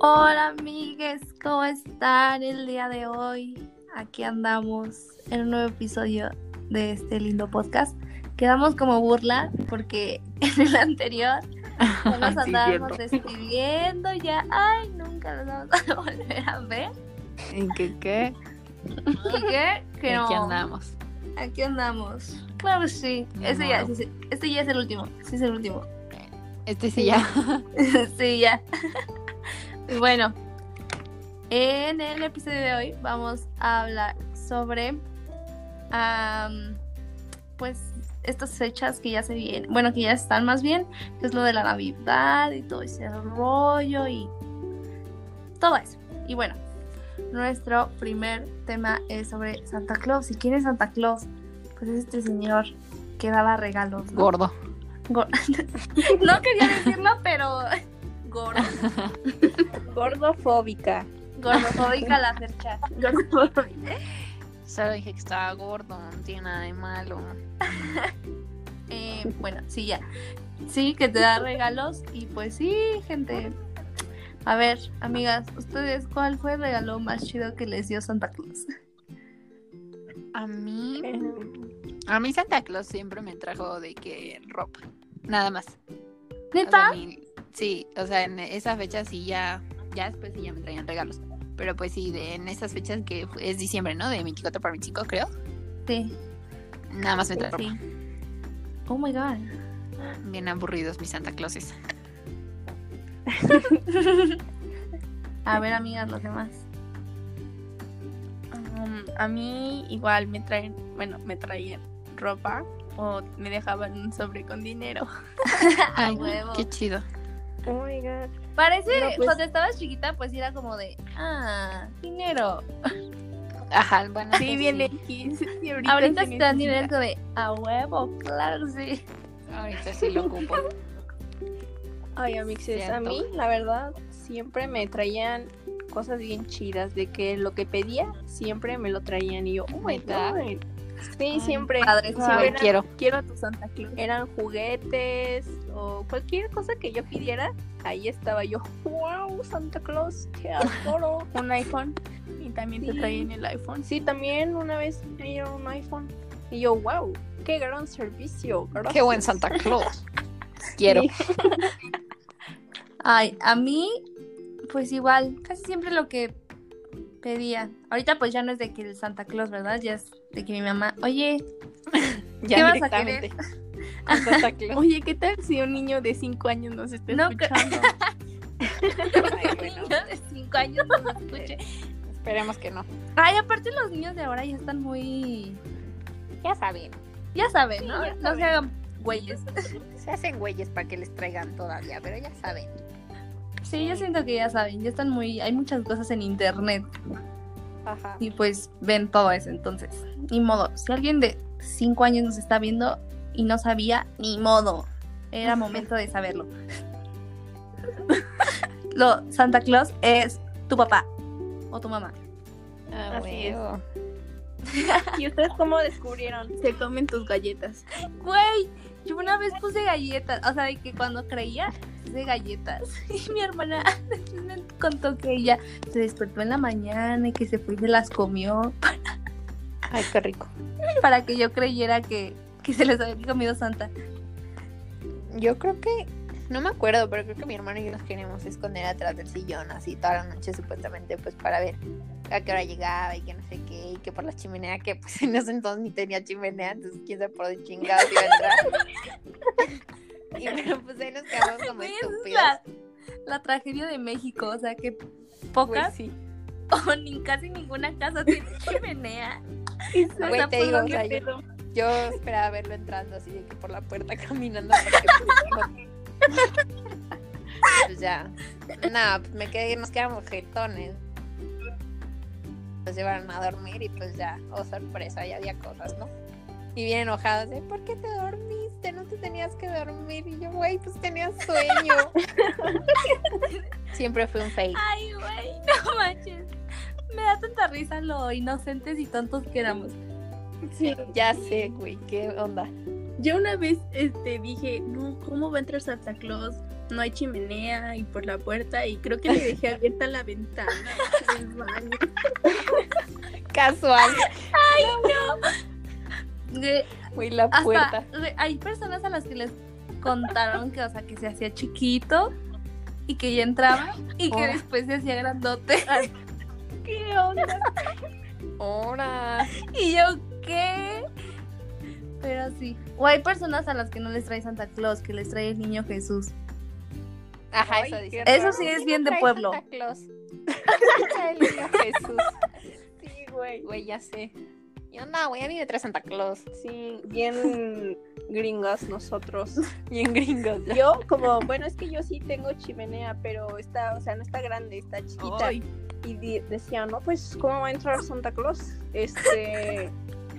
Hola amigues, ¿cómo están el día de hoy? Aquí andamos en un nuevo episodio de este lindo podcast. Quedamos como burla porque en el anterior vamos a Sí, andarnos cierto. despidiendo ya. Ay, nunca nos vamos a volver a ver. ¿En qué qué? ¿Y qué? Que Aquí no. andamos. Aquí andamos. Claro que sí. Ni Este ya, modo. sí, sí. este ya es el último. Sí, es el último. Este sí ya. sí, ya. Y bueno, en el episodio de hoy vamos a hablar sobre am, pues estas fechas que ya se vienen, bueno, que ya están más bien, que es lo de la Navidad y todo ese rollo y todo eso. Y bueno, nuestro primer tema es sobre Santa Claus. ¿Y quién es Santa Claus? Pues es este señor que daba regalos. ¿no? Gordo. Gor- no quería decirlo, pero gordo. Gordofóbica. Gordofóbica la fercha. Gordofóbica. Solo dije que estaba gordo, no tiene nada de malo. Eh, bueno, sí, ya. Sí, que te da regalos. Y pues sí, gente. A ver, amigas, ¿ustedes cuál fue el regalo más chido que les dio Santa Claus? A mí, a mí Santa Claus siempre me trajo de que ropa, nada más. O sea, ¿Neta? a mí- sí, o sea, en esa fecha sí ya, ya después sí ya me traían regalos. Pero pues sí, de- en esas fechas que fue- es diciembre, ¿no? De 24 para 25, creo. Sí, Nada más me traen sí. Oh my god. ropa. Bien aburridos mis Santa Clauses. A ver, amigas, los demás. Um, a mí igual me traen, bueno, me traían ropa o me dejaban un sobre con dinero. A Ay, huevo. qué chido. Oh my god. Parece, No, pues- cuando estabas chiquita, pues era como de, ah, dinero. Ajá, bueno. eso Sí, sí. bien X. y ahorita Ahorita se están necesita. directo de, a huevo, claro que sí. Ahorita sí lo ocupo. Ay, amixes, a Cierto. mí la verdad siempre me traían cosas bien chidas de que lo que pedía siempre me lo traían y yo, oh my ¿Neta? god. Sí, Ay, siempre. padre, Sí, guau. Igual era- quiero. quiero a tu Santa Claus. Eran juguetes o cualquier cosa que yo pidiera, ahí estaba yo. ¡Wow, Santa Claus! ¡Qué adoro! un iPhone y también Sí. te traen el iPhone. sí, también una vez me dieron un iPhone y yo, ¡Wow! ¡Qué gran servicio! Gracias. Qué buen Santa Claus. Quiero. Ay, a mí, pues igual, casi siempre lo que pedía. Ahorita pues ya no es de que el Santa Claus, ¿verdad? Ya es de que mi mamá, oye, Ya ¿Qué vas a directamente. con Santa Claus. Oye, ¿qué tal si un niño de 5 años nos está No creo- escuchando? Ay, un niño bueno, de 5 años no me escuche. Esperemos que no. Ay, aparte los niños de ahora ya están muy, Ya saben. ya saben, ¿no? Sí, ya no saben. se hagan güeyes. Se hacen güeyes para que les traigan todavía, pero ya saben. Sí, yo siento que ya saben, ya están muy, hay muchas cosas en internet Ajá. y pues ven todo eso, entonces, ni modo. Si alguien de 5 años nos está viendo y no sabía, ni modo. Era momento de saberlo. Lo, Santa Claus es tu papá o tu mamá. Ah, Así ¿Y ustedes cómo descubrieron? Se comen tus galletas. Güey, yo una vez puse galletas, o sea, de que cuando creía puse galletas y mi hermana después me contó que ella se despertó en la mañana y que se fue y se las comió Ay, qué rico. para que yo creyera que, que se les había comido Santa. Yo creo que. No me acuerdo, pero creo que mi hermano y yo nos queríamos esconder atrás del sillón, así toda la noche, supuestamente, pues para ver a qué hora llegaba y que no sé qué, y que por la chimenea, que pues en ese entonces ni tenía chimenea, entonces quién sabe por dónde chingados iba a entrar. y pero pues ahí nos quedamos como Güey, esa es estúpidos. la, la tragedia de México, o sea que pocas Ah, sí. o ni casi ninguna casa tiene chimenea. Güey, O sea, te pues, digo, o ¿dónde sea, yo, pedo? yo esperaba verlo entrando así de que por la puerta caminando porque pues, pues, ya. Nada, pues me quedé, nos quedamos jetones. Nos llevaron a dormir y pues ya, oh sorpresa, ya había cosas, ¿no? Y bien enojados de, ¿por qué te dormiste? No te tenías que dormir. Y yo, güey, pues tenías sueño. Siempre fue un fake. Ay, güey, no manches. Me da tanta risa lo inocentes y tontos que éramos. Ya sé, güey, qué onda. Yo una vez este, dije, no, ¿cómo va a entrar Santa Claus? no hay chimenea y por la puerta y creo que le dejé abierta la ventana del baño. Casual. De- Güey, la hasta- puerta. güey, hay personas a las que les contaron que, o sea, que se hacía chiquito y que ya entraba y que Oh. después se hacía grandote. ¿Qué onda? Ahora. Y yo, ¿qué? Pero sí. O hay personas a las que no les trae Santa Claus, que les trae el niño Jesús. Ajá, Ay, eso qué dice. raro. Eso sí es bien de Trae pueblo. Santa Claus. Ay, niño Jesús. Sí, güey. Güey, ya sé. Yo no, güey, a mí me trae Santa Claus. Sí, bien gringas nosotros. Bien gringos. ya. Yo como, bueno, es que yo sí tengo chimenea, pero está, o sea, no está grande, está chiquita. Ay, Y di- decía, no, pues, ¿cómo va a entrar Santa Claus? Este,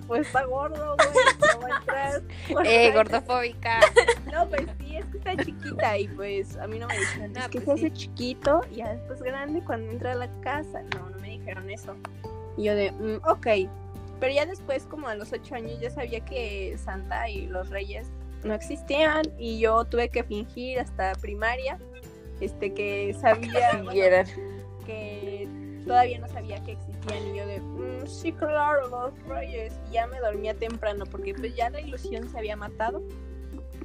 pues está gordo, güey, no va a entrar. Bueno, Eh, ahí- gordofóbica. No, pues sí, es que está chiquita y pues a mí no me dijeron, Ah, es que pues se hace sí. chiquito y ya después grande cuando entra a la casa. No, no me dijeron eso. Y yo de, "Mm, ok. Pero ya después, como a los ocho años, ya sabía que Santa y los Reyes no existían y yo tuve que fingir hasta primaria, este, que sabía, bueno, que todavía no sabía que existían y yo de "Mm, sí claro los reyes y ya me dormía temprano porque pues ya la ilusión se había matado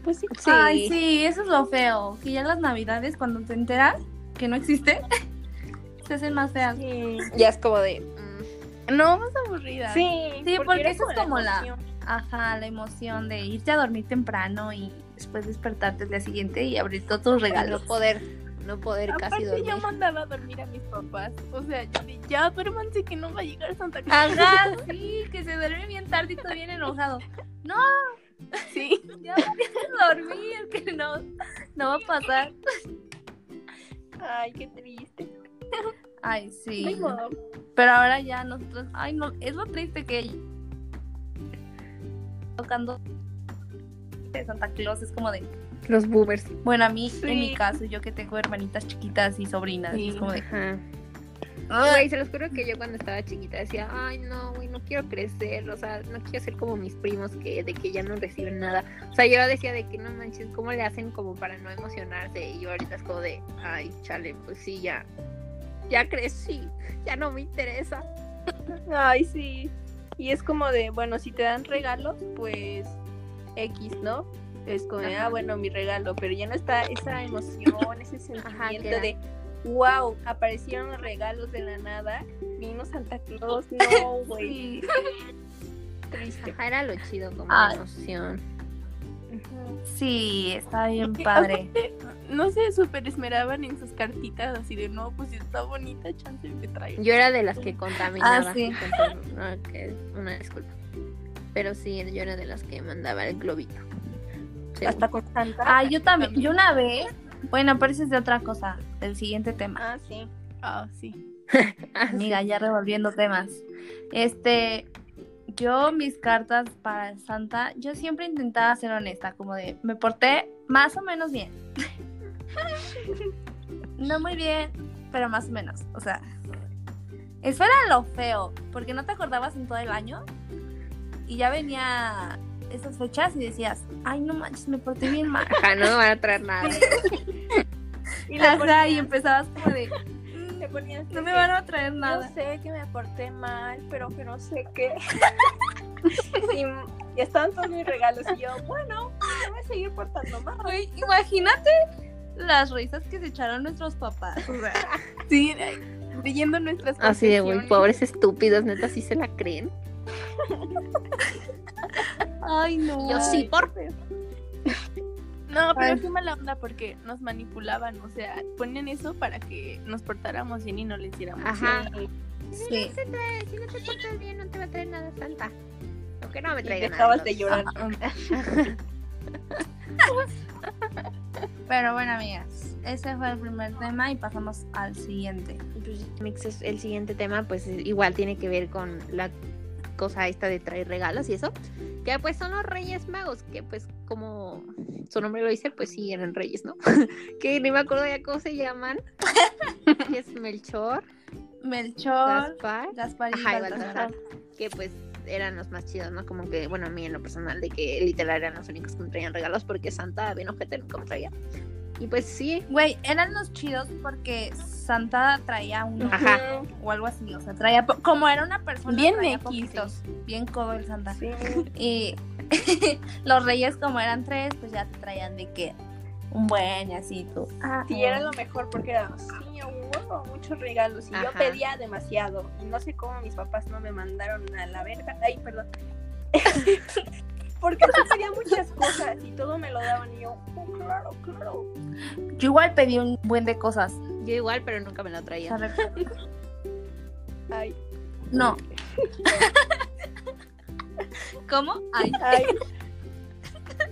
pues sí, Ay, sí, eso es lo feo. Que ya las navidades, cuando te enteras que no existe, se hacen más feas. sí Ya es como de. mm, no, más aburrida. sí, Sí, porque era eso es como la- emoción. Ajá, la emoción de irte a dormir temprano y después despertarte el día siguiente y abrir todos tus regalos. no poder. No poder casi Aparte dormir. yo mandaba a dormir a mis papás. O sea, yo de, ya duérmanse que no va a llegar Santa Claus. Ajá, sí, que se duerme bien tarde y todo bien enojado. No, Ah. Sí. ya voy a dormir, que no, no va a pasar. ay qué triste Ay, sí. Ni modo. Pero ahora ya nosotros, ay no, es lo triste que tocando de Santa Claus es como de, Los boomers. bueno a mí en Sí. mi caso yo que tengo hermanitas chiquitas y sobrinas Sí. es como de, Ajá. ay, Güey, se los juro que yo cuando estaba chiquita decía, ay, no, güey, no quiero crecer, o sea, no quiero ser como mis primos que de que ya no reciben nada. O sea, yo decía de que no manches, ¿cómo le hacen como para no emocionarse? Y yo ahorita es como de, ay, chale, pues sí, ya, ya crecí, ya no me interesa. ay sí y es como de bueno si te dan regalos pues x no es como de, Ajá. ah bueno mi regalo pero ya no está esa emoción ese Ajá, que sentimiento era- de wow aparecieron los regalos de la nada vino Santa Claus no güey sí. triste Ajá, era lo chido como Ay. emoción. sí, está bien padre. Aparte, No se super esmeraban en sus cartitas así de no, pues si está bonita, chance me trae. Yo era de las que contaminaba. Ah, sí. entonces, no, que- una disculpa. Pero sí, yo era de las que mandaba el globito. Según. hasta con Santa Ah, yo también, yo una vez, bueno, pero eso es de otra cosa, del siguiente tema. Ah, sí. Ah, sí. Ah, sí. Amiga, ya revolviendo temas. Este, yo mis cartas para Santa, yo siempre intentaba ser honesta, como de, me porté más o menos bien. no muy bien, pero más o menos. O sea, eso era lo feo, porque no te acordabas en todo el año y ya venía esas fechas y decías, ay, no manches, me porté bien mal. Ajá, no me van a traer nada. Y le Ajá, y ponías, empezabas como de, "Mm, le ponías no de me que, van a traer "Yo nada. sé que me porté mal, pero que no sé qué. y, y estaban todos mis regalos. Y yo, bueno, me voy a seguir portando mal. Güey, imagínate las risas que se echaron nuestros papás. O sea, sí, eh, leyendo nuestras Así de, Ah, güey, confesiones. pobres estúpidos, neta, sí se la creen. Ay, no. Yo sí, por. No, pero Ay. qué mala onda porque nos manipulaban, o sea, ponían eso para que nos portáramos bien y no les diéramos. Ajá. Sí. Si no te portas bien, no te va a traer nada santa. Aunque no me Y traiga nada. dejabas de llorar. Pero bueno, amigas, ese fue el primer tema y pasamos al siguiente. pues, el siguiente tema, pues igual tiene que ver con la cosa esta de traer regalos y eso. Que pues son los Reyes Magos, que pues como su nombre lo dice, pues sí eran reyes, ¿no? que ni me acuerdo ya cómo se llaman. que es Melchor, Melchor, Gaspar Gaspar y Ajá, y Baltasar. Baltasar. Que pues eran los más chidos, ¿no? Como que, bueno, a mí en lo personal, de que literal eran los únicos que me traían regalos porque Santa, bien ojete, nunca me traía. Y pues sí. Güey, eran los chidos porque Santa traía uno Ajá. o algo así. O sea, traía. po- Como era una persona. Bien traía X, poquitos. Bien codo el Santa. Sí. Y los reyes, como eran tres, pues ya te traían de que un buen y así tú. Ah, Sí, era lo mejor porque era, sí, hubo muchos regalos y yo Ajá. pedía demasiado. Y no sé cómo mis papás no me mandaron a la verga. Ay, perdón. porque yo pedía muchas cosas y todo me lo daban y yo, oh, claro, claro. Yo igual pedí un buen de cosas. Yo igual, pero nunca me lo o sea, traía. re- Ay, No. ¿Cómo? Ay, ay.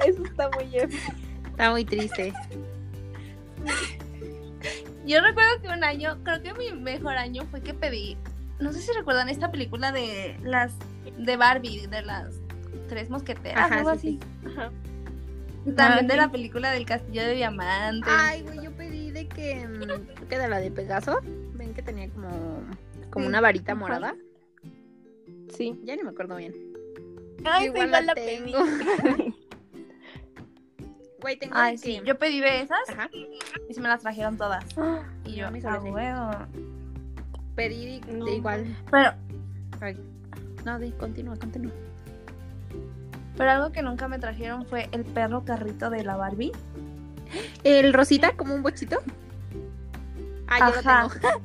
Eso está muy bien. Está muy triste. yo recuerdo que un año, creo que mi mejor año fue que pedí. No sé si recuerdan esta película de las de Barbie, de las tres mosqueteras, Ajá, algo sí, así. Ajá. También Barbie. de la película del Castillo de Diamantes. Ay, güey, yo pedí de que. mm, Creo que de la de Pegaso. Ven que tenía como. Como Sí. una varita Ajá. morada. Sí. Ya ni me acuerdo bien. Ay, Yo igual igual la la pedí. tengo. Güey, tengo Ay, de sí. que- Yo pedí de esas Ajá. y se me las trajeron todas. Y yo, No, mis "Ah, sobres, sí". huevo". Pedí de, No. de igual. Pero, No, de continúa, continúa. pero algo que nunca me trajeron fue el perro carrito de la Barbie. El rosita, como un bochito. Ah, yo Ajá. lo tengo.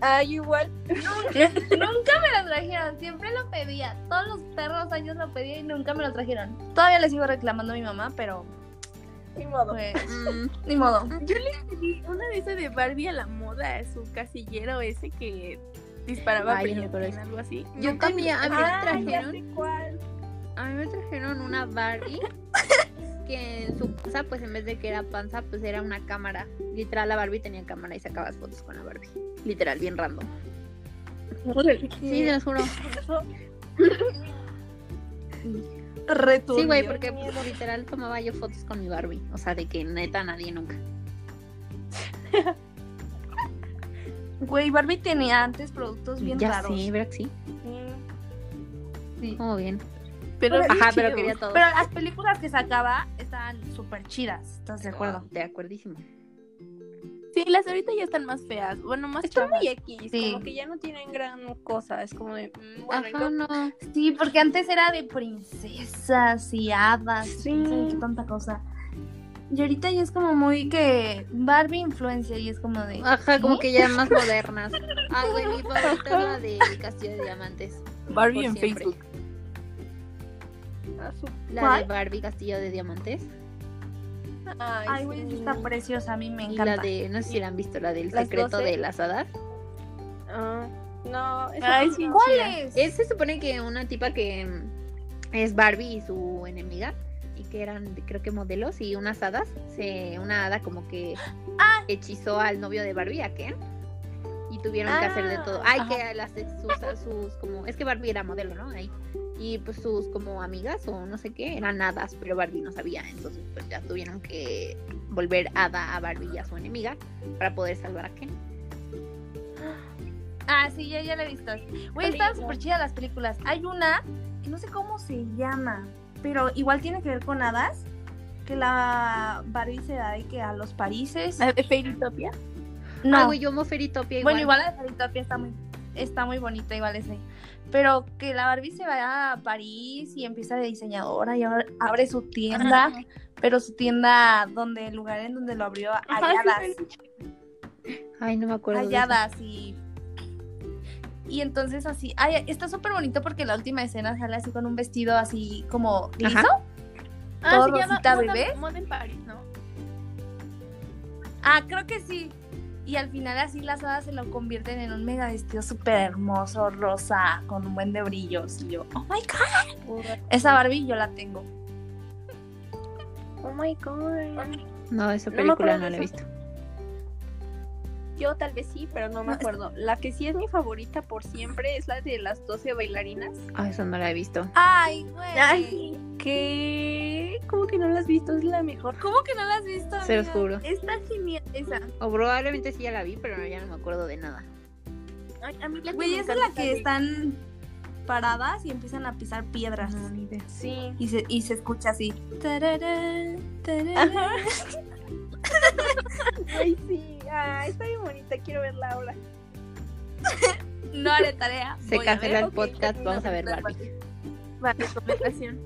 Ay, igual. nunca me lo trajeron, siempre lo pedía. Todos los perros años lo pedía y nunca me lo trajeron. Todavía le sigo reclamando a mi mamá, pero Ni modo. pues, Mm, ni modo. Yo le pedí una de esas de Barbie a la moda, a su casillero ese que disparaba Ay, yo no me brillantina, acuerdo. algo así. yo también, a mí Ah, me ya trajeron, sé cuál. a mí me trajeron una Barbie que en su panza, pues en vez de que era panza, pues era una cámara. Literal, la Barbie tenía cámara y sacabas fotos con la Barbie. Literal, bien random. Sí, te lo juro. Reto. Sí, güey, porque pues, literal tomaba yo fotos con mi Barbie. O sea, de que neta nadie nunca. Güey, Barbie tenía antes productos bien ya raros. sí, ¿verdad que sí? Sí. Como bien. Pero Ahora, bien Ajá, pero chido. quería todo. Pero las películas que sacaba estaban súper chidas, ¿estás de acuerdo? De acuerdísimo. Sí, las ahorita ya están más feas. Bueno, más Están chavas. muy X, Sí. como que ya no tienen gran cosa, es como de, mm, bueno, Ajá, yo- no. Sí, porque antes era de princesas y hadas. Sí. quién sabe qué tanta cosa. Y ahorita ya es como muy que Barbie influencia y es como de. Ajá, como ¿Sí? que ya más modernas. Ah, güey, mi favorita es la de Castillo de Diamantes. Barbie por en siempre. Facebook. a su- La ¿Cuál? de Barbie Castillo de Diamantes. Ay, Ay, güey, sí. esa está preciosa, a mí me Y encanta. la de, no sé si la han visto, la del Las secreto 12. de las hadas. Ah, no, esa Ay, no. sí. ¿Cuál chida. es? Es, se supone que una tipa que mm, es Barbie y su enemiga. Y que eran, creo que modelos y unas hadas. Se, una hada como que Ah. hechizó al novio de Barbie, a Ken. Y tuvieron que hacer de todo. Ah, Ay, ajá. que las sus, sus como. Es que Barbie era modelo, ¿no? Ahí. Y pues sus como amigas o no sé qué eran hadas, pero Barbie no sabía. Entonces pues ya tuvieron que volver hada a Barbie y a su enemiga para poder salvar a Ken. Ah, sí, ya, ya la he visto. Güey, estaban súper chidas las películas. Hay una que no sé cómo se llama, pero igual tiene que ver con hadas. Que la Barbie se da de que a los Parises. La de Fairytopia. No, Ay, güey, yo amo Feritopia bueno, igual la de Fairytopia está muy, está muy bonita, igual ese. Pero que la Barbie se va a París y empieza de diseñadora y ahora abre su tienda. Pero su tienda, donde el lugar en donde lo abrió, Ajá, sí, halladas. sí. Ay, no me acuerdo. de eso. halladas y y entonces así ay, está súper bonito porque la última escena sale así con un vestido así como liso Ajá. Ah, Todo se llama Rosita Moda- Bebé. Moda en París, ¿no? ah creo que sí y al final así las hadas se lo convierten en un mega vestido súper hermoso rosa con un buen de brillos y yo oh my god esa Barbie yo la tengo Oh my god. No, esa No me película acuerdo no, de la he eso. visto. Yo tal vez sí, pero no me acuerdo. La que sí es mi favorita por siempre es la de las 12 bailarinas. Ah, esa no la he visto. ay güey Ay, ¿qué? ¿Cómo que no la has visto? Es la mejor. cómo que no la has visto Se los amiga? juro. Está genial esa. O probablemente sí ya la vi, pero ya no me acuerdo de nada. Ay, a mí la que güey me esa es encanta la que de- están paradas y empiezan a pisar piedras ni idea. Sí. y se, y se escucha así. Tararán, tararán. Ay, sí. Ay, está bien bonita, quiero verla ahora. No haré tarea. Se voy a cancela ver. el podcast, termina vamos a de ver ver Barbie. Vale, recomendación.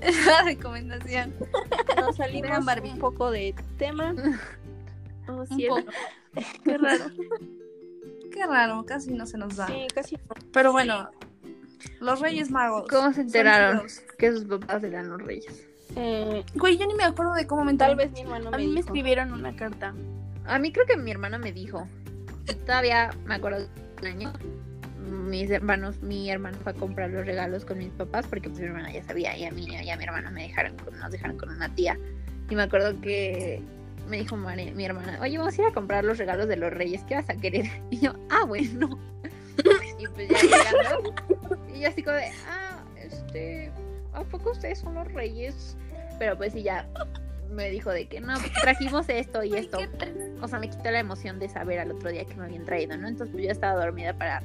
La recomendación. Nos salimos Vean Barbie. un poco de tema. Oh, Un cielo. poco. Qué raro. Qué raro, casi no se nos da. Sí, casi no. Pero bueno, los Reyes Magos. ¿Cómo se son enteraron chidos. que sus papás eran los reyes? Eh, Güey, yo ni me acuerdo de cómo me tal enteré. vez mi hermano A me, mí me dijo. escribieron una carta. A mí creo que mi hermana me dijo. Y Todavía me acuerdo de un año. Mis hermanos, mi hermano fue a comprar los regalos con mis papás porque pues, mi hermana ya sabía y a mí y a mi hermano me dejaron con- nos dejaron con una tía. Y me acuerdo que me dijo Mari- mi hermana, oye, vamos a ir a comprar los regalos de los reyes, ¿qué vas a querer? Y yo, ah, bueno. y pues ya llegando, y yo así como de, ah, este, ¿a poco ustedes son los reyes? Pero pues sí, ya me dijo de que no, trajimos esto y Ay, esto qué triste. o sea, me quitó la emoción de saber al otro día que me habían traído, ¿no? Entonces, pues yo estaba dormida para,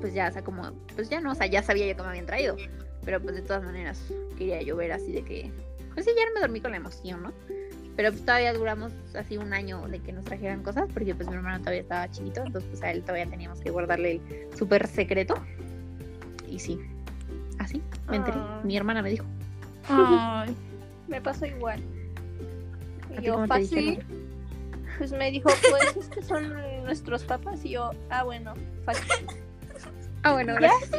pues ya, o sea, como, pues ya no, o sea, ya sabía yo que me habían traído, pero pues de todas maneras quería yo ver así de que, pues sí, ya me dormí con la emoción, ¿no? Pero pues todavía duramos así un año de que nos trajeran cosas, porque pues mi hermano todavía estaba chiquito, entonces pues a él todavía teníamos que guardarle el súper secreto. Y sí, así, me enteré. Ah. Mi hermana me dijo. Ay, Me pasó igual. ¿A Y ti yo cómo te fácil. dijeron? Pues me dijo, pues es que son nuestros papás. Y yo, ah, bueno, fácil. Ah, bueno, Ya. gracias.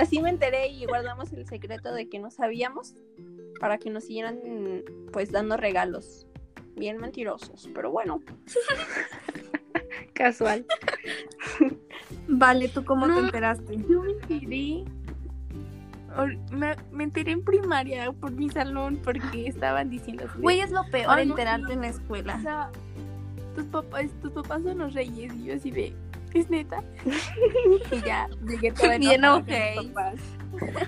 Así me enteré y guardamos el secreto de que no sabíamos para que nos siguieran pues dando regalos. Bien mentirosos, pero bueno. Casual. Vale, ¿tú cómo te No. enteraste? Yo me enteré. or- Me, me enteré en primaria por mi salón porque estaban diciendo. así de, Güey, es lo peor Ay, no, enterarte sí. en la o escuela. sea, tus papás, tus papás son los reyes. Y yo así de. ¿Es neta? y ya llegué toda Bien enojada con mis ojéis. papás.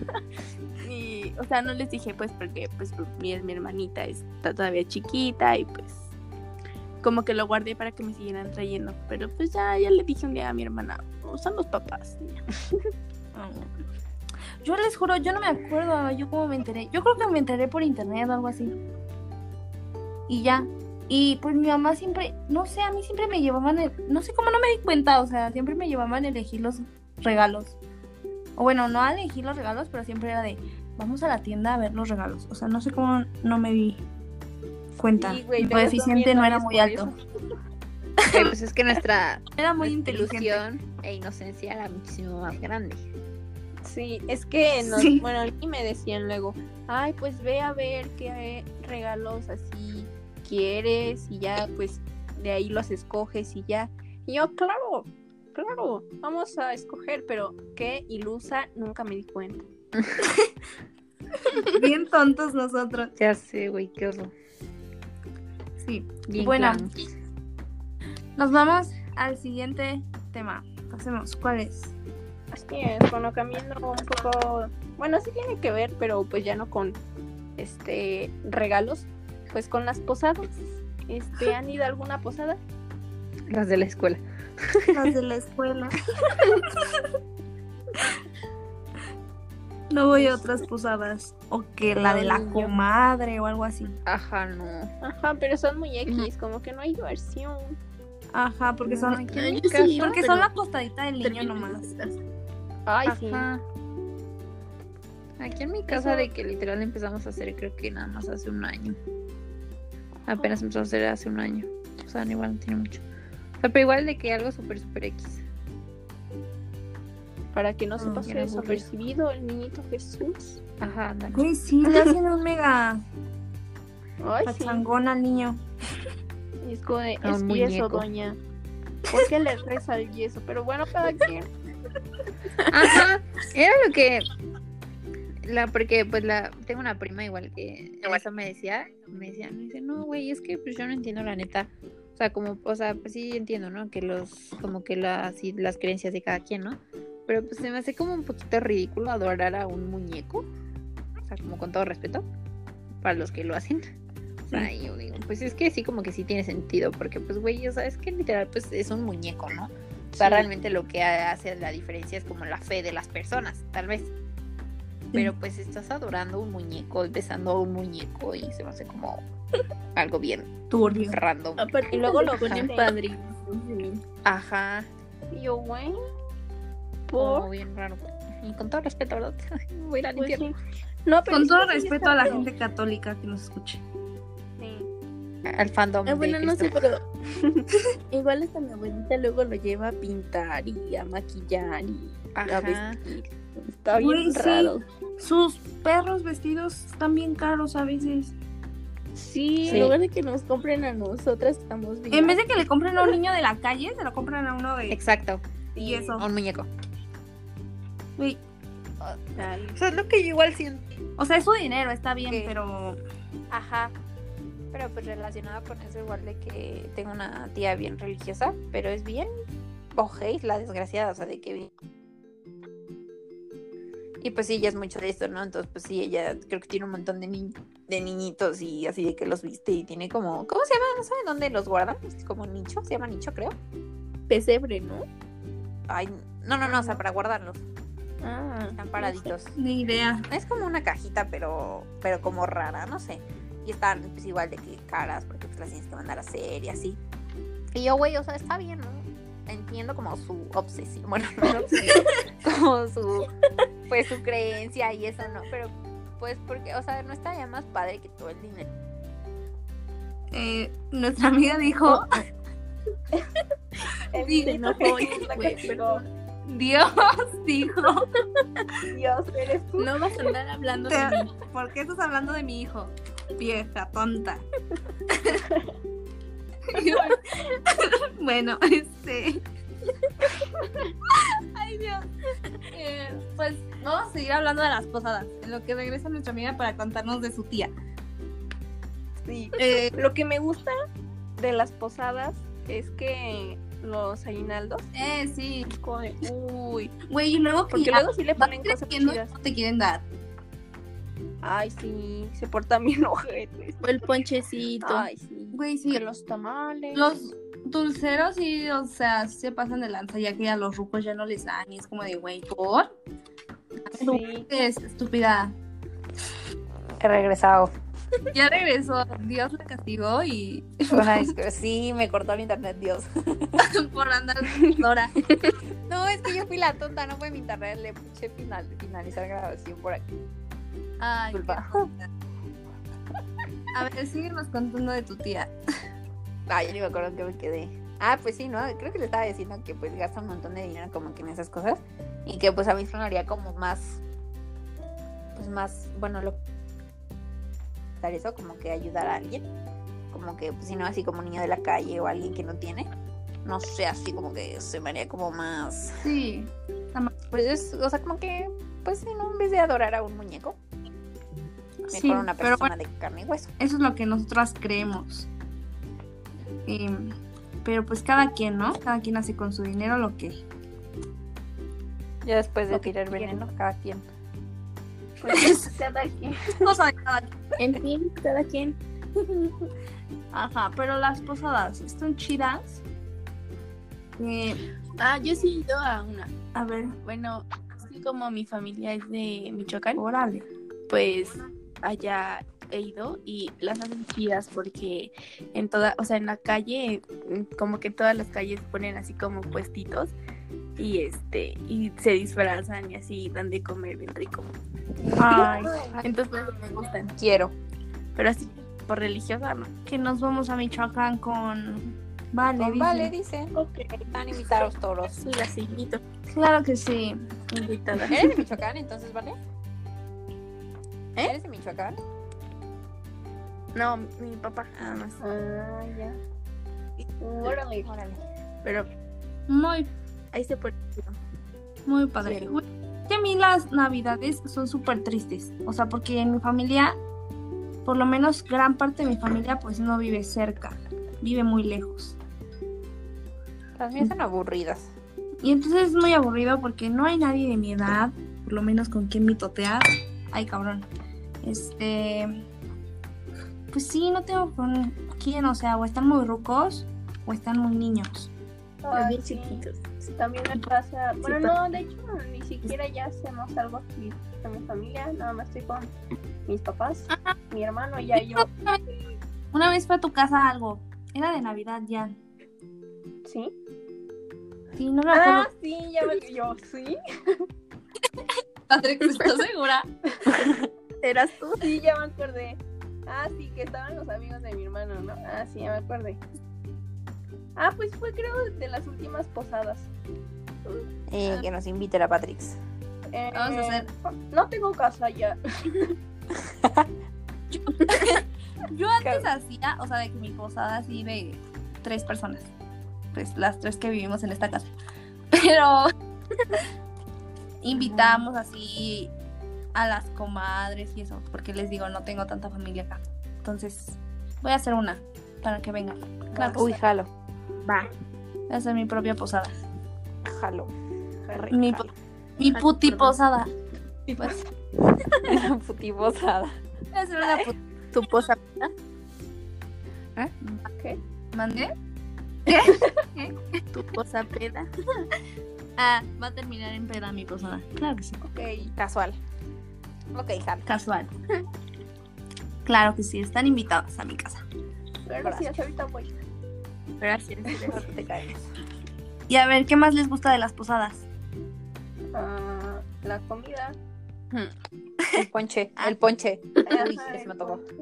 y, o sea, no les dije, pues, porque pues, mi, mi hermanita está todavía chiquita y pues. Como que lo guardé para que me siguieran trayendo. Pero pues ya, ya le dije un día a mi hermana, "Oh, son los papás. y ya. Yo les juro, yo no me acuerdo yo cómo me enteré. Yo creo que me enteré por internet o algo así. Y ya. Y pues mi mamá siempre, no sé, a mí siempre me llevaban, el- no sé cómo no me di cuenta, o sea, siempre me llevaban a elegir los regalos. O bueno, no a elegir los regalos, pero siempre era de, vamos a la tienda a ver los regalos. O sea, no sé cómo no me di cuenta. Sí, güey, Mi luego son coeficiente bien Pues, no era novios muy por alto. Pero, pues es que nuestra Era muy nuestra inteligente. ilusión e inocencia era muchísimo más grande. Sí, es que, nos, Sí. bueno, a mí me decían luego, ay, pues ve a ver qué regalos así quieres y ya, pues de ahí los escoges y ya. Y yo, claro, claro, vamos a escoger, pero qué ilusa, nunca me di cuenta. Bien tontos nosotros. Ya sé, güey, qué horror. Sí. Bueno. Nos vamos al siguiente tema. Pasemos, ¿cuál es? Así es, bueno, camino un poco, bueno, sí tiene que ver, pero pues ya no con este regalos, pues con las posadas. Este, ¿han ido a alguna posada? Las de la escuela. Las de la escuela. No voy a otras posadas. O que la de la Ay, yo- comadre o algo así. Ajá, no. Ajá, pero son muy X, como que no hay diversión. Ajá, porque No, son. aquí en mi Ay, sí, casa, Porque pero- son la costadita del niño Termino nomás. estas. Ay, Ajá. Aquí en mi casa Eso- de que literal empezamos a hacer creo que nada más hace un año. Apenas empezamos a hacer hace un año. O sea, no, igual no tiene mucho. O sea, pero igual de que algo súper, súper X. Para que no se Mm, pase era aburrido. desapercibido el niñito Jesús. Ajá, ándale. Güey, sí, le hacen un mega Ay, sí. pachangón al niño. Y es como de, Ah, es un yeso, muñeco. doña. ¿Por qué le reza al yeso? Pero bueno, cada quien. Ajá, era lo que la porque pues la tengo una prima igual que eso me decía, me decía, me dice, "No, güey, es que pues yo no entiendo la neta." O sea, como o sea, pues sí entiendo, ¿no? Que los como que las sí, las creencias de cada quien, ¿no? Pero pues se me hace como un poquito ridículo adorar a un muñeco. O sea, como con todo respeto para los que lo hacen. O sea, yo digo, pues es que sí como que sí tiene sentido, porque pues güey, o sea, es que literal pues es un muñeco, ¿no? O sea, Sí. realmente lo que ha- hace la diferencia es como la fe de las personas, tal vez. Pero pues estás adorando un muñeco, besando a un muñeco y se me hace como algo bien turbio. Random. Aparte, Y luego lo le ponen ponen padrino. Ajá. Y yo, güey. Oh, Como Por. bien raro. Y con todo respeto, ¿verdad? Voy a ir al Pues, infierno. sí. No, pero Con sí, todo sí está respeto a la feo. gente católica que nos escuche. Sí. Al fandom. Ah, de bueno, no sé, Cristo. pero igual hasta mi abuelita luego lo lleva a pintar y a maquillar y a Ajá. vestir. Está bien Güey, sí. raro. Sus perros vestidos están bien caros a veces. Sí, Sí. en lugar de que nos compren a nosotras, estamos bien. En vez de que le compren a un niño de la calle, se lo compran a uno de... Exacto. Y eso. A un muñeco. Güey, O sea, es lo que yo igual siento. O sea, es su dinero, está bien, Ok. pero... Ajá. Pero pues relacionada con eso, igual de que tengo una tía bien religiosa, pero es bien ojéis la desgraciada, o sea, de que bien. Y pues sí, ella es mucho de esto, ¿no? Entonces, pues sí, ella creo que tiene un montón de, ni- de niñitos y así de que los viste y tiene como. ¿Cómo se llama? ¿No saben dónde los guardan? Es como nicho, se llama nicho, creo. pesebre, ¿no? Ay, no, no, no, o sea, para guardarlos. Ah, Están paraditos. Ni idea. Es como una cajita, pero, pero como rara, no sé. Y están pues igual de que caras, porque pues las tienes que mandar a hacer y así. Y yo, güey, o sea, está bien, ¿no? Entiendo como su obsesión, bueno, no era obsesión, como su, pues su creencia y eso, ¿no? Pero pues porque, o sea, no estaría más padre que todo el dinero. Eh, nuestra amiga dijo, El Sí, niñito no, que oye, la güey, castigó. Dios dijo, Dios, eres tú. No vas a andar hablando Te- de mí. ¿por qué estás hablando de mi hijo? Vieja, tonta. bueno, este... Ay, Dios. Eh, pues vamos a seguir hablando de las posadas, en lo que regresa nuestra amiga para contarnos de su tía. Sí. Eh, Lo que me gusta de las posadas es que los aguinaldos, eh, sí. como de, uy, Güey, y luego que porque ya luego sí le vas ponen cosas creciendo, chidas. no te quieren dar. Ay, sí, se portan bien ojetes. O el ponchecito. Ay, sí. Güey, sí. Que los tamales. Los dulceros sí, o sea, sí se pasan de lanza, ya que a los rucos ya no les dan, y es como de, güey, ¿por? Sí. qué Es estúpida. He regresado. Ya regresó, Dios la castigó y sí, me cortó el internet, Dios. por andar Dora. No, es que yo fui la tonta, no fue mi internet, le puse final, finalizar grabación por aquí. Ay, qué Disculpa. tonta. A ver, síguenos contando de tu tía. Ah, yo ni me acuerdo en qué me quedé. Ah, pues sí, ¿no? Creo que le estaba diciendo que pues gasta un montón de dinero como que en esas cosas. Y que pues a mí se me haría como más, pues más, bueno, lo dar eso, como que ayudar a alguien. Como que, pues si no, así como un niño de la calle o alguien que no tiene. No sé, así como que se me haría como más. Sí. Pues es, o sea, como que, pues si no, en vez de adorar a un muñeco, mejor Sí, a una pero persona bueno, de carne y hueso. eso es lo que nosotras creemos. Em, pero pues cada quien, ¿no? Cada quien hace con su dinero lo que Ya después de de tirar tirar veneno, cada quien. Pues, cada quien. cosa de cada En fin, cada quien. Ajá, pero las posadas están chidas. Eh, Ah, yo sí he ido a una. a ver, Bueno, es que como mi familia es de Michoacán, órale. pues allá he ido y las hacen chidas porque en toda, o sea, en la calle, mm, como que en todas las calles ponen así como puestitos y este, y se disfrazan y así dan de comer bien rico. Ay, Entonces por eso me gustan. Quiero. Pero así, por religiosa no. que nos vamos a Michoacán con Vale. Con dice. vale, dicen. Ok. Van a imitar a los toros. Sí, las invito, Claro que sí. invitada. ¿Eres de Michoacán entonces, vale? ¿Eres de Michoacán? No, mi papá nada más. Ah, ya. Órale. Órale. Pero Muy, ahí se pone. muy padre. Sí. Güey, Que a mí las navidades son súper tristes. O sea, porque en mi familia, por lo menos gran parte de mi familia, pues no vive cerca, vive muy lejos. Las mías son aburridas. Y entonces es muy aburrido porque no hay nadie de mi edad, por lo menos con quien mitotear. Ay, cabrón. Este. Pues sí, no tengo con quién, o sea, o están muy rucos o están muy niños. Los Ay, bien sí. chiquitos. También me pasa. Bueno, pero- no, de hecho, ni siquiera ya hacemos algo aquí con mi familia. Nada más estoy con mis papás, mi hermano y ya yo. Una vez fue a tu casa algo. Era de Navidad ya. ¿Sí? Sí, no me acuerdo. Ah, sí, ya me yo, ¿sí? Patrick, ¿estás segura? ¿Eras tú? Sí, ya me acordé. Ah, sí, que estaban los amigos de mi hermano, ¿no? Ah, sí, ya me acordé. Ah, pues fue creo de las últimas posadas. Eh, que nos invite la Patrix. Eh, Vamos a hacer- No tengo casa ya. Yo antes hacía, o sea, de que mi posada así de tres personas. Pues las tres que vivimos en esta casa. Pero invitamos así a las comadres y eso, porque les digo, no tengo tanta familia acá. Entonces, voy a hacer una para que vengan. Claro, Uy, jalo. Va. voy a hacer mi propia posada. Jalo. Re Mi, po- mi Ay, puti perdón. posada. Pues, Una putibosada. voy a hacer una puti. Tu posa. ¿Mandé? Tu posa peda. Ah, va a terminar en peda mi posada. Claro que sí. Ok. Casual. Ok, jalo. Casual. Claro que sí, están invitadas a mi casa. Gracias, ahorita voy. Gracias. No te caigas. Y a ver, ¿qué más les gusta de las posadas? Ah, la comida. El ponche. El ponche. Uy, Ajá, ese me el tocó. ponche.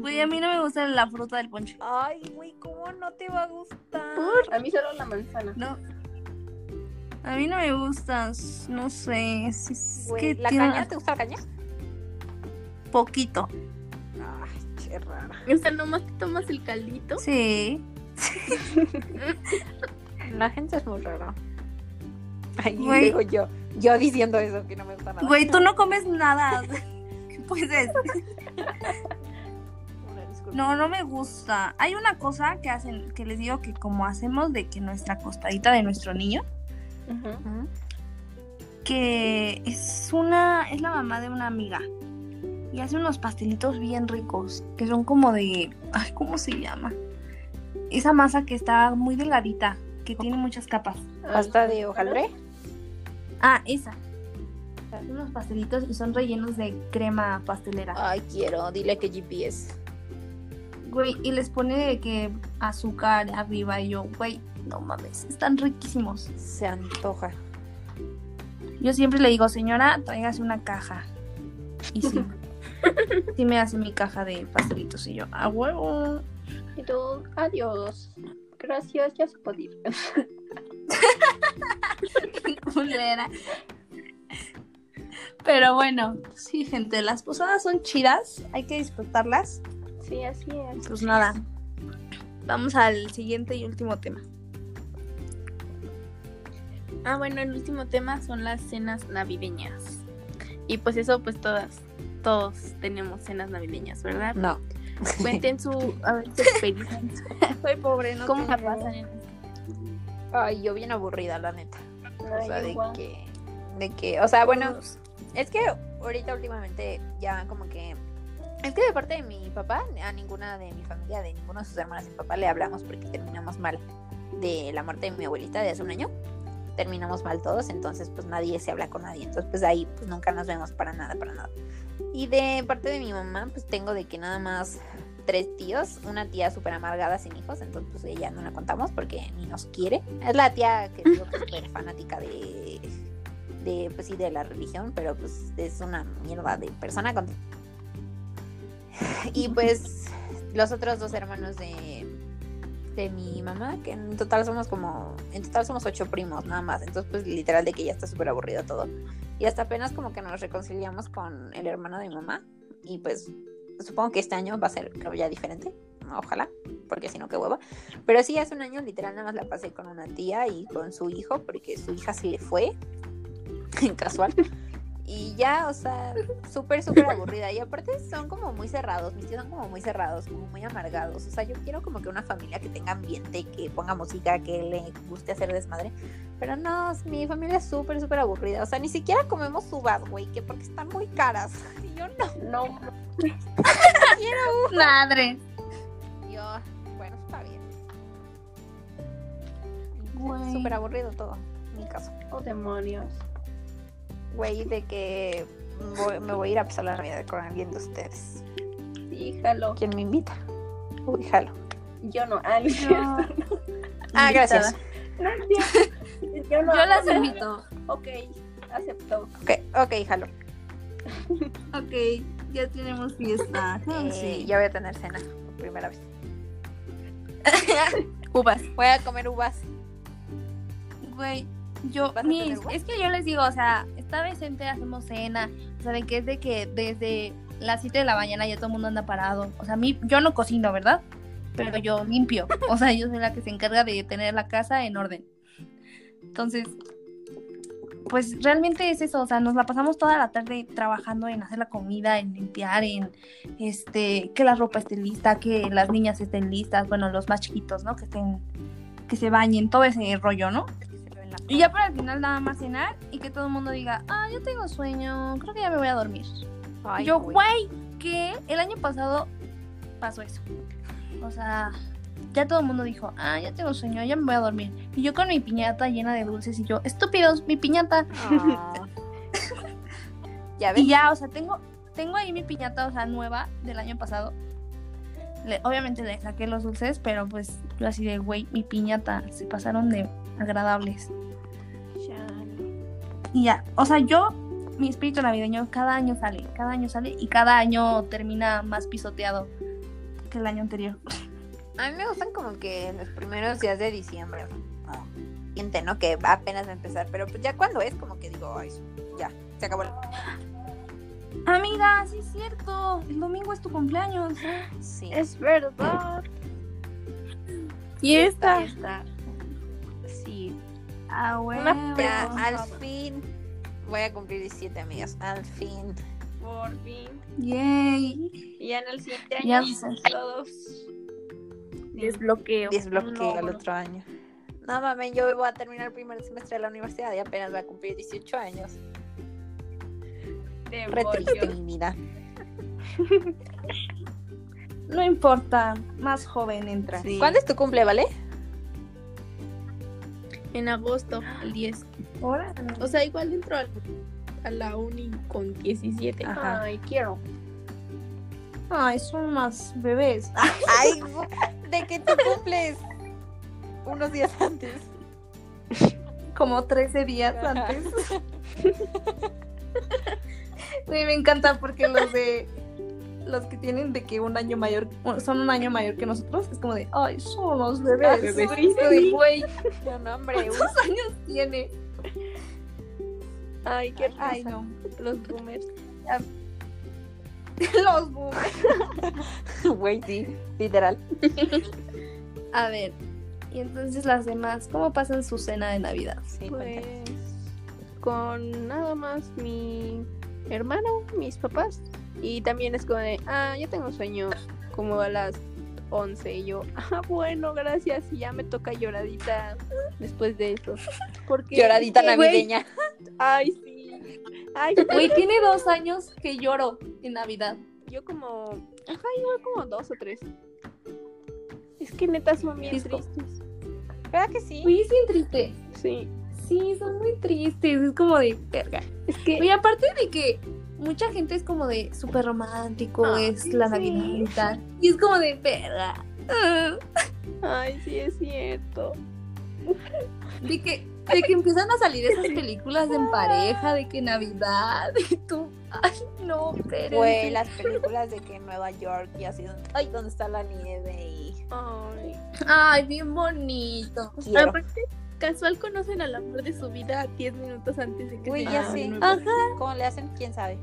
Güey, a mí no me gusta la fruta del ponche. Ay, güey, ¿cómo no te va a gustar? A mí solo la manzana. No. A mí no me gusta, s- no sé. Es, es Güey, que ¿La tiene caña? ¿Te gusta la caña? poquito. Ay, qué rara. O sea, nomás te tomas el caldito. Sí. La gente es muy rara. Ay, Güey. digo yo. Yo diciendo eso que no me gusta nada. Güey, tú no comes nada. Pues ¿Qué puedes decir? Una disculpa. No, no me gusta. Hay una cosa que hacen, que les digo que como hacemos de que nuestra costadita de nuestro niño, Ujú. Ujú. que es una, es la mamá de una amiga. Y hace unos pastelitos bien ricos, que son como de, ay, ¿cómo se llama? Esa masa que está muy delgadita, que tiene muchas capas. Pasta de hojaldre. Ah, esa. Hace unos pastelitos y son rellenos de crema pastelera. Ay, quiero. Dile que GPS. Güey, y les pone de que azúcar arriba y yo, güey, no mames, están riquísimos. Se antoja. Yo siempre le digo, señora, tráigase una caja. Y sí, sí me hace mi caja de pastelitos y yo, a huevo. Y tú, adiós. Gracias, ya se puede ir. culera. Pero bueno, sí, gente, las posadas son chidas, hay que disfrutarlas. Sí, así es. Pues nada, vamos al siguiente y último tema. Ah, bueno, el último tema son las cenas navideñas. Y pues eso, pues todas, todos tenemos cenas navideñas, ¿verdad? No. Cuenten su, a ver, su experiencia. Soy pobre, ¿no? ¿Cómo la tengo- pasan en Ay, yo bien aburrida, la neta. O Ay, sea, de igual. Pues, que, de que, o sea, bueno, es que ahorita últimamente ya como que, es que de parte de mi papá, a ninguna de mi familia, de ninguno de sus hermanas y papá le hablamos porque terminamos mal de la muerte de mi abuelita de hace un año. Terminamos mal todos, entonces pues nadie se habla con nadie, entonces pues ahí pues nunca nos vemos para nada, para nada. Y de parte de mi mamá pues tengo de que nada más tres tíos, una tía súper amargada sin hijos, entonces pues ella no la contamos porque ni nos quiere. Es la tía que digo que es súper fanática de, de, pues sí, de la religión, pero pues es una mierda de persona. con- Y pues los otros dos hermanos de, de mi mamá, que en total somos como, en total somos ocho primos nada más, entonces pues literal de que ya está súper aburrido todo. Y hasta apenas como que nos reconciliamos con el hermano de mi mamá y pues supongo que este año va a ser creo ya diferente, ojalá, porque si no qué hueva. Pero sí, hace un año literal nada más la pasé con una tía y con su hijo, porque su hija se le fue, casual. Y ya, o sea, súper, súper aburrida. Y aparte son como muy cerrados, mis tíos son como muy cerrados, como muy amargados. O sea, yo quiero como que una familia que tenga ambiente, que ponga música, que le guste hacer desmadre. Pero no, es- mi familia es súper, súper aburrida. O sea, ni siquiera comemos uvas, güey, que porque están muy caras. Y yo no No, Madre. Yo, bueno, está bien. Güey. Súper aburrido todo, en mi caso. oh, demonios. Güey, de que voy- me voy a ir a pasar la Navidad con alguien de ustedes. Sí, jalo. ¿Quién me invita? Uy, jalo. Yo no. Ah, no es No. cierto. Ah, gracias. No es cierto. Yo no. Yo las invito. Ok, acepto. Ok, ok, jalo. Ok, ya tenemos fiesta. Eh, Ah, sí. Ya voy a tener cena. por Primera vez. Uvas. Voy a comer uvas. Güey, yo, ¿Vas a mis- tener guas? es que yo les digo, o sea, esta vez siempre hacemos cena, ¿saben qué? Es de que desde las 7 de la mañana ya todo el mundo anda parado. O sea, a mí, yo no cocino, ¿verdad? Pero yo limpio. O sea, yo soy la que se encarga de tener la casa en orden. Entonces, pues realmente es eso, o sea, nos la pasamos toda la tarde trabajando en hacer la comida, en limpiar, en este, que la ropa esté lista, que las niñas estén listas, bueno, los más chiquitos, ¿no? Que estén, que se bañen, todo ese rollo, ¿no? Y ya para el final nada más cenar y que todo el mundo diga, ah, yo tengo sueño, creo que ya me voy a dormir. Ay, yo, güey. güey, que el año pasado pasó eso. O sea, ya todo el mundo dijo, ah, ya tengo sueño, ya me voy a dormir. Y yo con mi piñata llena de dulces y yo, estúpidos, mi piñata. Ah. ya ves. Y ya, o sea, tengo, tengo ahí mi piñata, o sea, nueva del año pasado. Le- obviamente le saqué los dulces, pero pues yo así de, güey, mi piñata, se pasaron de agradables. Y ya, o sea, yo, mi espíritu navideño cada año sale, cada año sale y cada año termina más pisoteado que el año anterior. A mí me gustan como que los primeros días de diciembre. Ah, Siente, ¿no? Que va apenas a empezar. Pero pues ya cuando es, como que digo, ay, ya, se acabó. la- Amiga, sí es cierto, el domingo es tu cumpleaños. Sí. Es verdad. Y esta. Está. Sí. Ah, Ya, Una Pero, al vamos. fin. Voy a cumplir 17, amigas. Al fin. Por fin. Yay. Y ya en el siguiente Ya año sé. todos. Desbloqueo. Desbloqueé el logro. otro año. No mames, yo voy a terminar el primer semestre de la universidad y apenas voy a cumplir 18 años. de Re triste bollos. mi vida. No importa, más joven entra. Sí. ¿Cuándo es tu cumple, vale? En agosto, el 10. Ahora, O sea, igual dentro al- a la uni con 17. Ajá. Ay, quiero. ay, ah, son más bebés. Ay, bu- de que tú cumples unos días antes. Como 13 días Ajá. antes. Sí, me encanta porque los de los que tienen de que un año mayor bueno, son un año mayor que nosotros es como de ay somos bebés, Bebés. Y es como de, güey Yo no, hombre. cuántos años tiene Ay, qué ay risa. no Los boomers. los boomers Güey, sí, literal. a ver y entonces las demás cómo pasan su cena de navidad Sí, Pues cuéntame. con nada más mi hermano, mis papás. Y también es como de, ah, yo tengo sueño como a las 11. Y yo, ah, bueno, gracias. Y ya me toca lloradita después de eso. Porque, Lloradita Güey, navideña. Ay, sí. Ay, güey tiene dos años que lloro en navidad yo como, ajá, igual como dos o tres. Es que neta son bien Disco. tristes. ¿Verdad que sí? güey es bien triste Sí. sí son muy tristes es como de verga Es que Y aparte de que mucha gente es como de súper romántico, Ay, es la sí. Navidad y tal. Y es como de verga. ah, Ay, sí es cierto. De que, de que empiezan a salir esas películas en pareja, de que Navidad y tú. Ay, no, pero. Güey, las películas de que en Nueva York y así. Ay, ¿dónde está la nieve? Y Ay, Ay, bien bonito. quiero. Ah, Aparte, casual conocen al amor de su vida 10 minutos antes de que Güey, se ya casen, sé. ¿no? Ajá. ¿Cómo le hacen? ¿Quién sabe?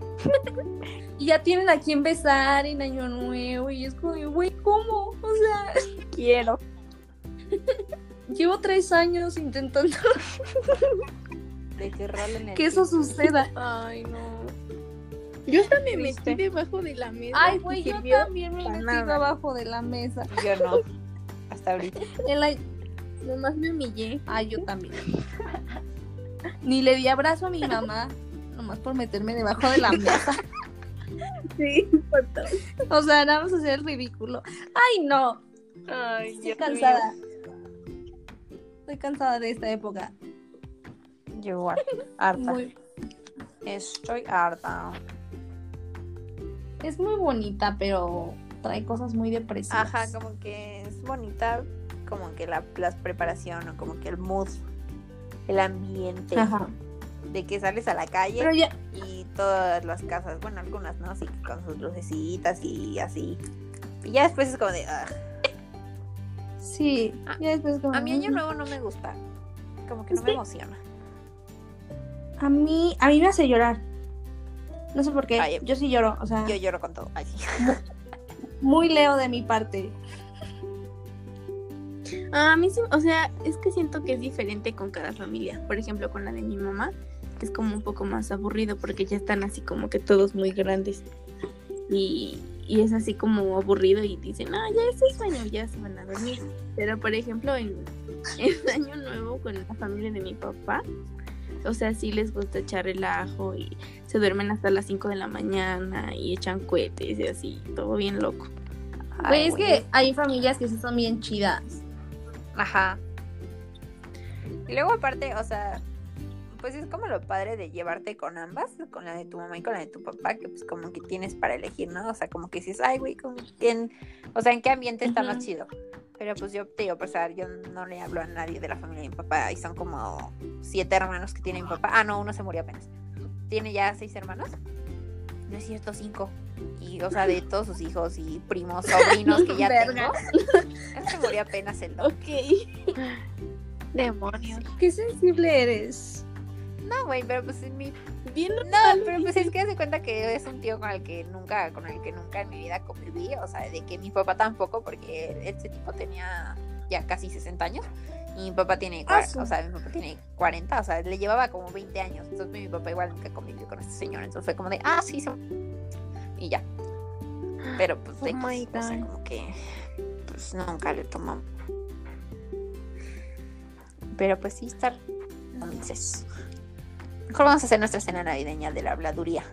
Y ya tienen a quien besar en Año Nuevo. Y es como, de, güey, ¿cómo? O sea, quiero. llevo tres años intentando De que rolen el que eso suceda. Ay, no. Yo hasta me Triste. metí debajo de la mesa. Ay, y güey, yo sirvió. también me he para metido nada. abajo de la mesa. piso. Yo no. Hasta ahorita. El año- Nomás me humillé. Ah, yo también. Ni le di abrazo a mi mamá, nomás por meterme debajo de la mesa. Sí, O sea, nada más hacer el ridículo. Ay, no, Ay, estoy Dios cansada. Estoy cansada de esta época. Yo igual. Harta. Muy- Estoy harta. es muy bonita, pero trae cosas muy depresivas. Ajá, como que es bonita, como que la las preparación o como que el mood, el ambiente, Ajá. de que sales a la calle Pero ya, y todas las casas, bueno, algunas, ¿no? Así que con sus lucecitas y así. Y ya después es como de, "Ugh". sí, A- ya después como- Ah, a mí Año Nuevo no me gusta, como que no me Sí. emociona. A mí, a mí me hace llorar. No sé por qué, Ay, yo sí lloro, o sea, Yo lloro con todo. Ay, sí. muy leo de mi parte. A mí sí, o sea, es que siento que es diferente con cada familia. Por ejemplo, con la de mi mamá, que es como un poco más aburrido porque ya están así como que todos muy grandes. Y, y es así como aburrido y dicen, ah, ya es el sueño, ya se van a dormir. Pero, por ejemplo, en, en Año Nuevo con la familia de mi papá, o sea, sí les gusta echar relajo y se duermen hasta las 5 de la mañana y echan cohetes y así, todo bien loco. Güey, es que hay familias que sí son bien chidas. Ajá. Y luego aparte, o sea, pues es como lo padre de llevarte con ambas, con la de tu mamá y con la de tu papá, que pues como que tienes para elegir, ¿no? O sea, como que dices, ay, güey, como que en- o sea, ¿en qué ambiente está más Ujú. chido? Pero pues yo te digo, pues, o sea, yo no le hablo a nadie de la familia de mi papá y son como siete hermanos que tiene mi papá. Ah, no, uno se murió apenas. Tiene ya seis hermanos. No es cierto, cinco. Y, o sea, de todos sus hijos y primos, sobrinos que ya Verga. tengo. Él se murió apenas el dos. Ok. Demonios. Qué sensible eres. No, güey, pero pues en mi... Bien No, pero pues es que hace cuenta que es un tío con el que nunca, con el que nunca en mi vida conviví, o sea, de que mi papá tampoco, porque este tipo tenía ya casi 60 años y mi papá tiene, Ah, cua- sí. o sea, mi papá tiene 40, o sea, le llevaba como 20 años, entonces mi papá igual nunca convivió con este señor, entonces fue como de, ah, sí, se... y ya. Pero pues, Oh de- my o sea, God. como que, pues nunca le tomamos. Pero pues sí, estar entonces. Mejor vamos a hacer nuestra cena navideña de la habladuría.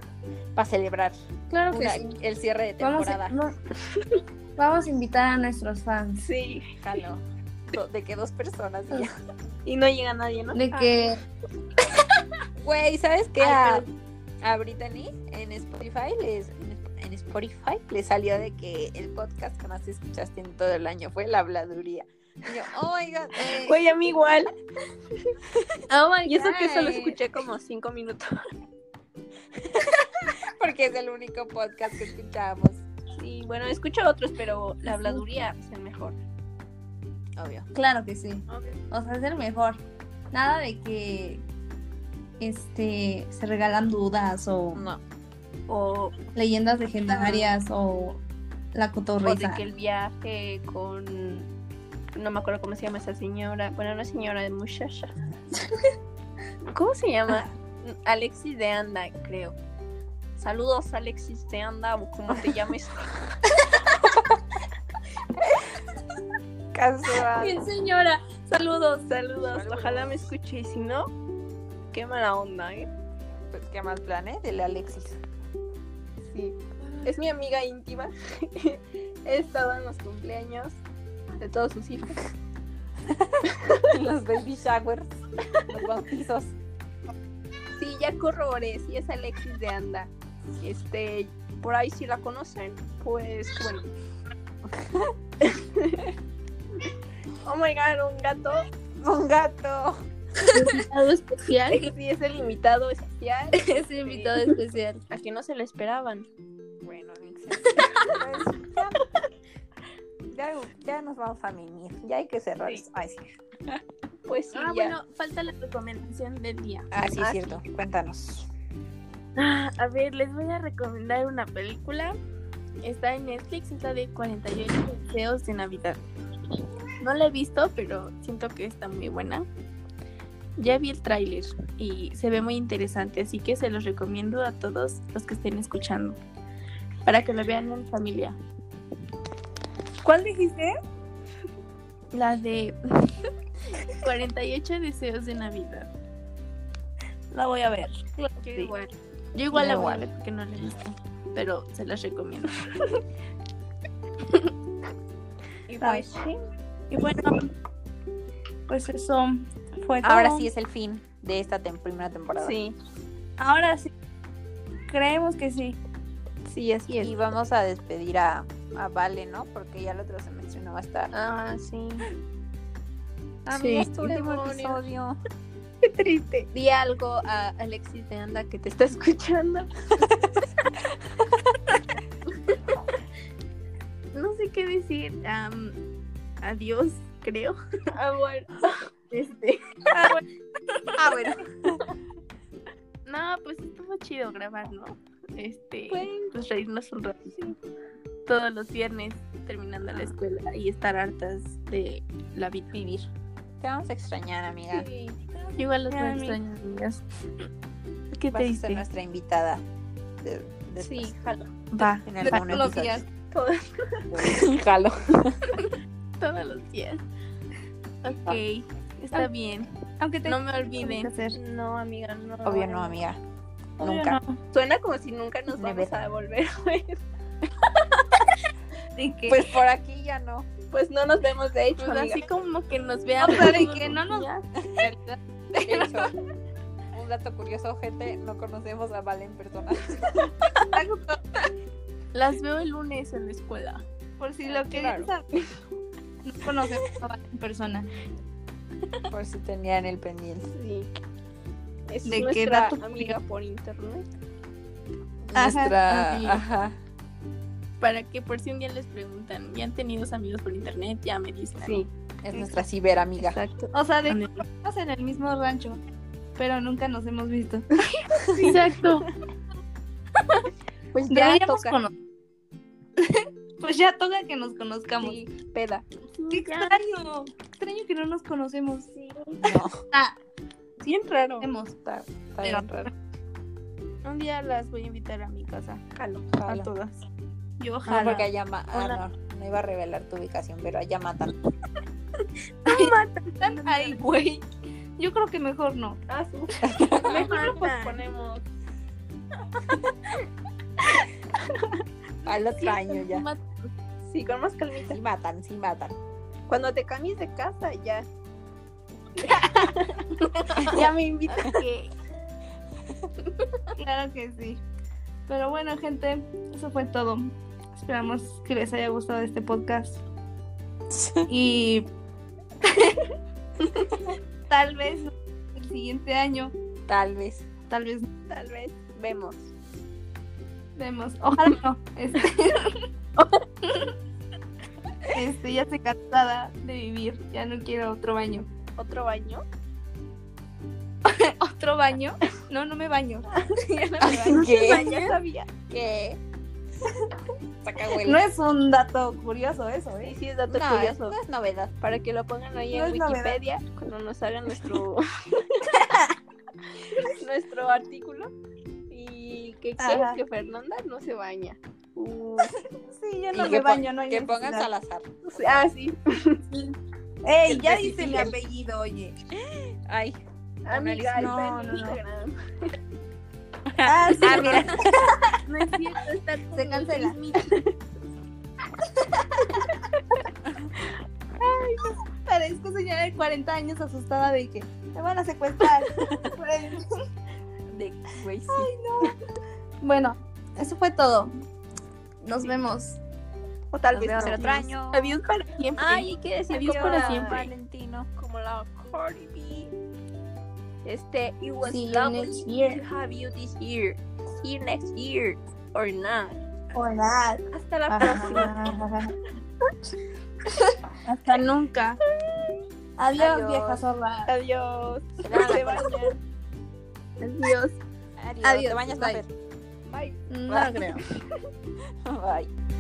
Para celebrar Claro que una- sí. el cierre de Vamos temporada. a, no- vamos a invitar a nuestros fans. pues, Sí. Jalo. Do- De que dos personas. y ya. Y no llega nadie, ¿no? Ah. De que Güey, ¿sabes qué? Ay, A, a Brittany en Spotify les en- en Spotify le salió de que el podcast que más escuchaste en todo el año fue la habladuría. Y yo, oh my god. eh, Güey, a mí igual. Ah, Oh my Y eso que solo God. escuché como cinco minutos. porque es el único podcast que escuchamos. Y bueno, escucho otros, pero la habladuría es el mejor. Obvio. Claro que sí. O sea, es el mejor. Nada de que este se regalan dudas o No. O, leyendas legendarias o la o de cotorriza. que el viaje con... No me acuerdo cómo se llama esa señora. Bueno, una señora de muchacha. ¿Cómo se llama? Ah. Alexis de Anda, creo. Saludos, Alexis de Anda, o como te llames. Casual. Bien, señora. Saludos. Saludos, ojalá me escuche. Y si no, qué mala onda, ¿eh? Pues, ¿Qué más planes? Del Alexis. Sí. Es mi amiga íntima. He estado en los cumpleaños de todos sus hijos. los baby showers, los bautizos. Sí, ya corroboré, sí es Alexis de Anda. Este, por ahí si la conocen, pues bueno. oh my god, un gato. Un gato. Algo especial. Sí, es el invitado especial. Es invitado especial. A que no se lo esperaban. Bueno, Nixon. ya, ya, ya nos vamos a mimir. Ya hay que cerrar. Sí. Ay, sí. Pues sí, Ah, ya. bueno, falta la recomendación del día. Ah, sí, es Ah, cierto. Cuéntanos. Ah, a ver, les voy a recomendar una película. Está en Netflix, es la de 48 deseos de Navidad. No la he visto, pero siento que está muy buena. Ya vi el tráiler y se ve muy interesante, así que se los recomiendo a todos los que estén escuchando para que lo vean en familia. ¿Cuál dijiste? La de 48 deseos de Navidad. La voy a ver. Yo Sí. igual, yo igual Yo la voy a igual. ver porque no la he visto, pero se las recomiendo. Y pues sí. Y bueno, pues eso fue todo. Ahora sí es el fin de esta tem- primera temporada. Sí. Ahora sí. Creemos que sí. Sí, así es. Y vamos a despedir a a Vale, ¿no? Porque ya el otro semestre no va a estar. Ah, sí. Ah, Amiga, es tu último demonio. episodio. Qué triste. Di algo a Alexis de Anda que te está escuchando. No sé qué decir. am, adiós, creo. Ah, bueno. Este. Ah, bueno. No, pues estuvo chido grabar, ¿no? Este, Pues- pues reírnos un rato. Todos los viernes terminando Ah. la escuela y estar hartas de la vida. Vivir. Te vamos a extrañar, amiga. Igual los Ya, más amiga. extraños, amigas. ¿Qué te Vas a ser dice? nuestra invitada. de- después, Sí, jalo. Va, En algún Todos los episodio. días. Todos. Jalo. todos los días. Ok, está bien. Aunque te No me olviden. No, amiga, no. Obvio no, amiga. Obvio Nunca. no. Suena como si nunca nos Never. vamos a volver a ver. Así que, Pues por aquí ya no. Pues no nos vemos, de hecho, Pues amiga. así como que nos veamos. No, pero y todos que los no nos- días. De hecho, un dato curioso, gente, no conocemos a Vale en persona. Las veo el lunes en la escuela. por si lo querían Claro. saber, no conocemos a Vale en persona. Por si tenían el pendiente. Sí. Es ¿De qué nuestra dato? amiga por internet. Ajá, Nuestra. así es. Ajá. Para que por si un día les preguntan, ¿ya han tenido amigos por internet? Ya me dicen. Es nuestra ciberamiga. exacto. O sea, de que Ándale. estamos en el mismo rancho, pero nunca nos hemos visto. Exacto. Pues Deberíamos conocer. pues ya toca que nos conozcamos. Sí, peda. Qué extraño. Extraño que no nos conocemos. No, Ah, Bien raro. vemos. está, está Pero- bien raro. Un día las voy a invitar a mi casa. Jalo. A Jalo. todas. Yo No, ojalá. porque allá ma- Hola. Ah, no, no iba a revelar tu ubicación, pero allá matan. Están ahí, güey. Yo creo que mejor no. Ah, sí. Mejor lo posponemos. Al otro año ya. Sí, con más calmita. Sí matan, sí matan. Cuando te cambies de casa, ya. ya me invitas. Claro que sí. Pero bueno, gente, eso fue todo. Esperamos que les haya gustado este podcast. Y tal vez el siguiente año, Tal vez. tal vez Tal vez. Vemos. vemos. Ojalá no. Este, Este, ya estoy cansada de vivir. Ya no quiero otro baño. Otro baño. ¿Otro baño? No, no me baño. Ya no me baño. ¿Qué? Ya sabía. ¿Qué? Saca huele. No es un dato curioso eso, ¿eh? Sí, sí, es dato No, es, curioso. no es novedad. Para que lo pongan ahí No en es novedad. Wikipedia cuando nos hagan nuestro nuestro artículo. Y que creen Ajá. que Fernanda no se baña. Uh, Sí, yo Y no que me pon- baño, no hay Que pongan necesidad. Salazar. sí, ah, sí. ¡Ey! que Ya dice mi especifiquen. apellido, oye. Ay. Analiz- Amiga, está no, en no, no. Instagram. Ah, sí, mira. No es cierto, está como Se cancela. seis mil. Parezco señora de 40 años asustada de que me van a secuestrar. De güey, sí. bueno, eso fue todo. Nos vemos. O tal Nos vez vemos no. el otro año. Adiós para siempre. Ay, hay que decir Adiós como para la- siempre. Valentino. Como la Cardi B. Este, it was See you lovely next year. to have you this year. See you next year or not. Hola. Hasta la próxima. Hasta nunca. Adiós, Adiós. vieja zorra. Adiós. van a Se bañan. Adiós. Adiós. Adiós, Te bañas, bye. Mafer. Bye. No creo. Bye.